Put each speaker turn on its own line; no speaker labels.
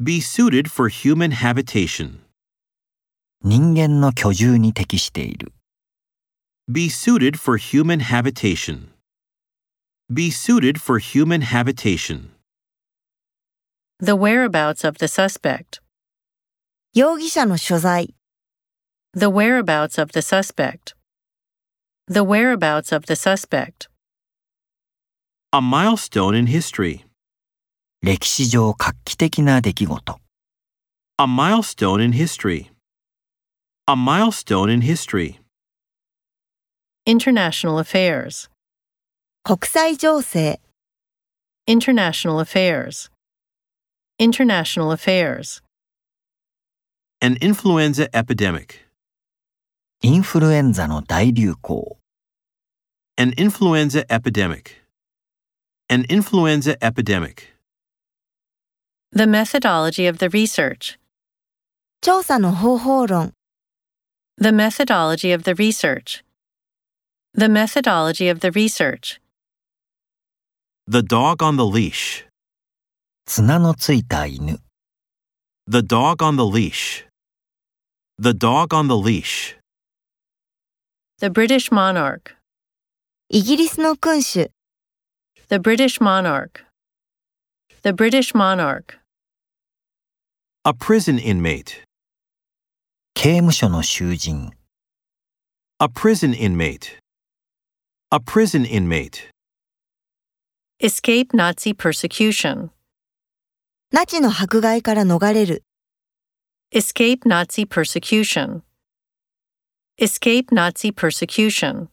Be suited for human habitation.
人間の居住に適している
Be suited for human habitation. Be suited for human habitation.
The whereabouts of the suspect.
容疑者の所在、
The whereabouts of the suspect. The whereabouts of the suspect.
A milestone in history.
歴史上画期的な出来事
A milestone in history. A milestone in history.
International affairs.
国際情勢、
International affairs. International affairs.
An influenza epidemic.
インフルエンザの大流行
An influenza epidemic. An influenza epidemic.
The methodology of the research.
調査の方法論、
The methodology of the research. The methodology of the research.
The dog on the leash.
綱のついた犬
The dog on the leash. The dog on the leash.
The British monarch.
イギリスの君主、
The British monarch. The British monarch.
A prison inmate.
刑務所の囚人
A prison inmate. A prison inmate.
Escape Nazi persecution.
ナチの迫害から逃れる、
Escape Nazi persecution. Escape Nazi persecution.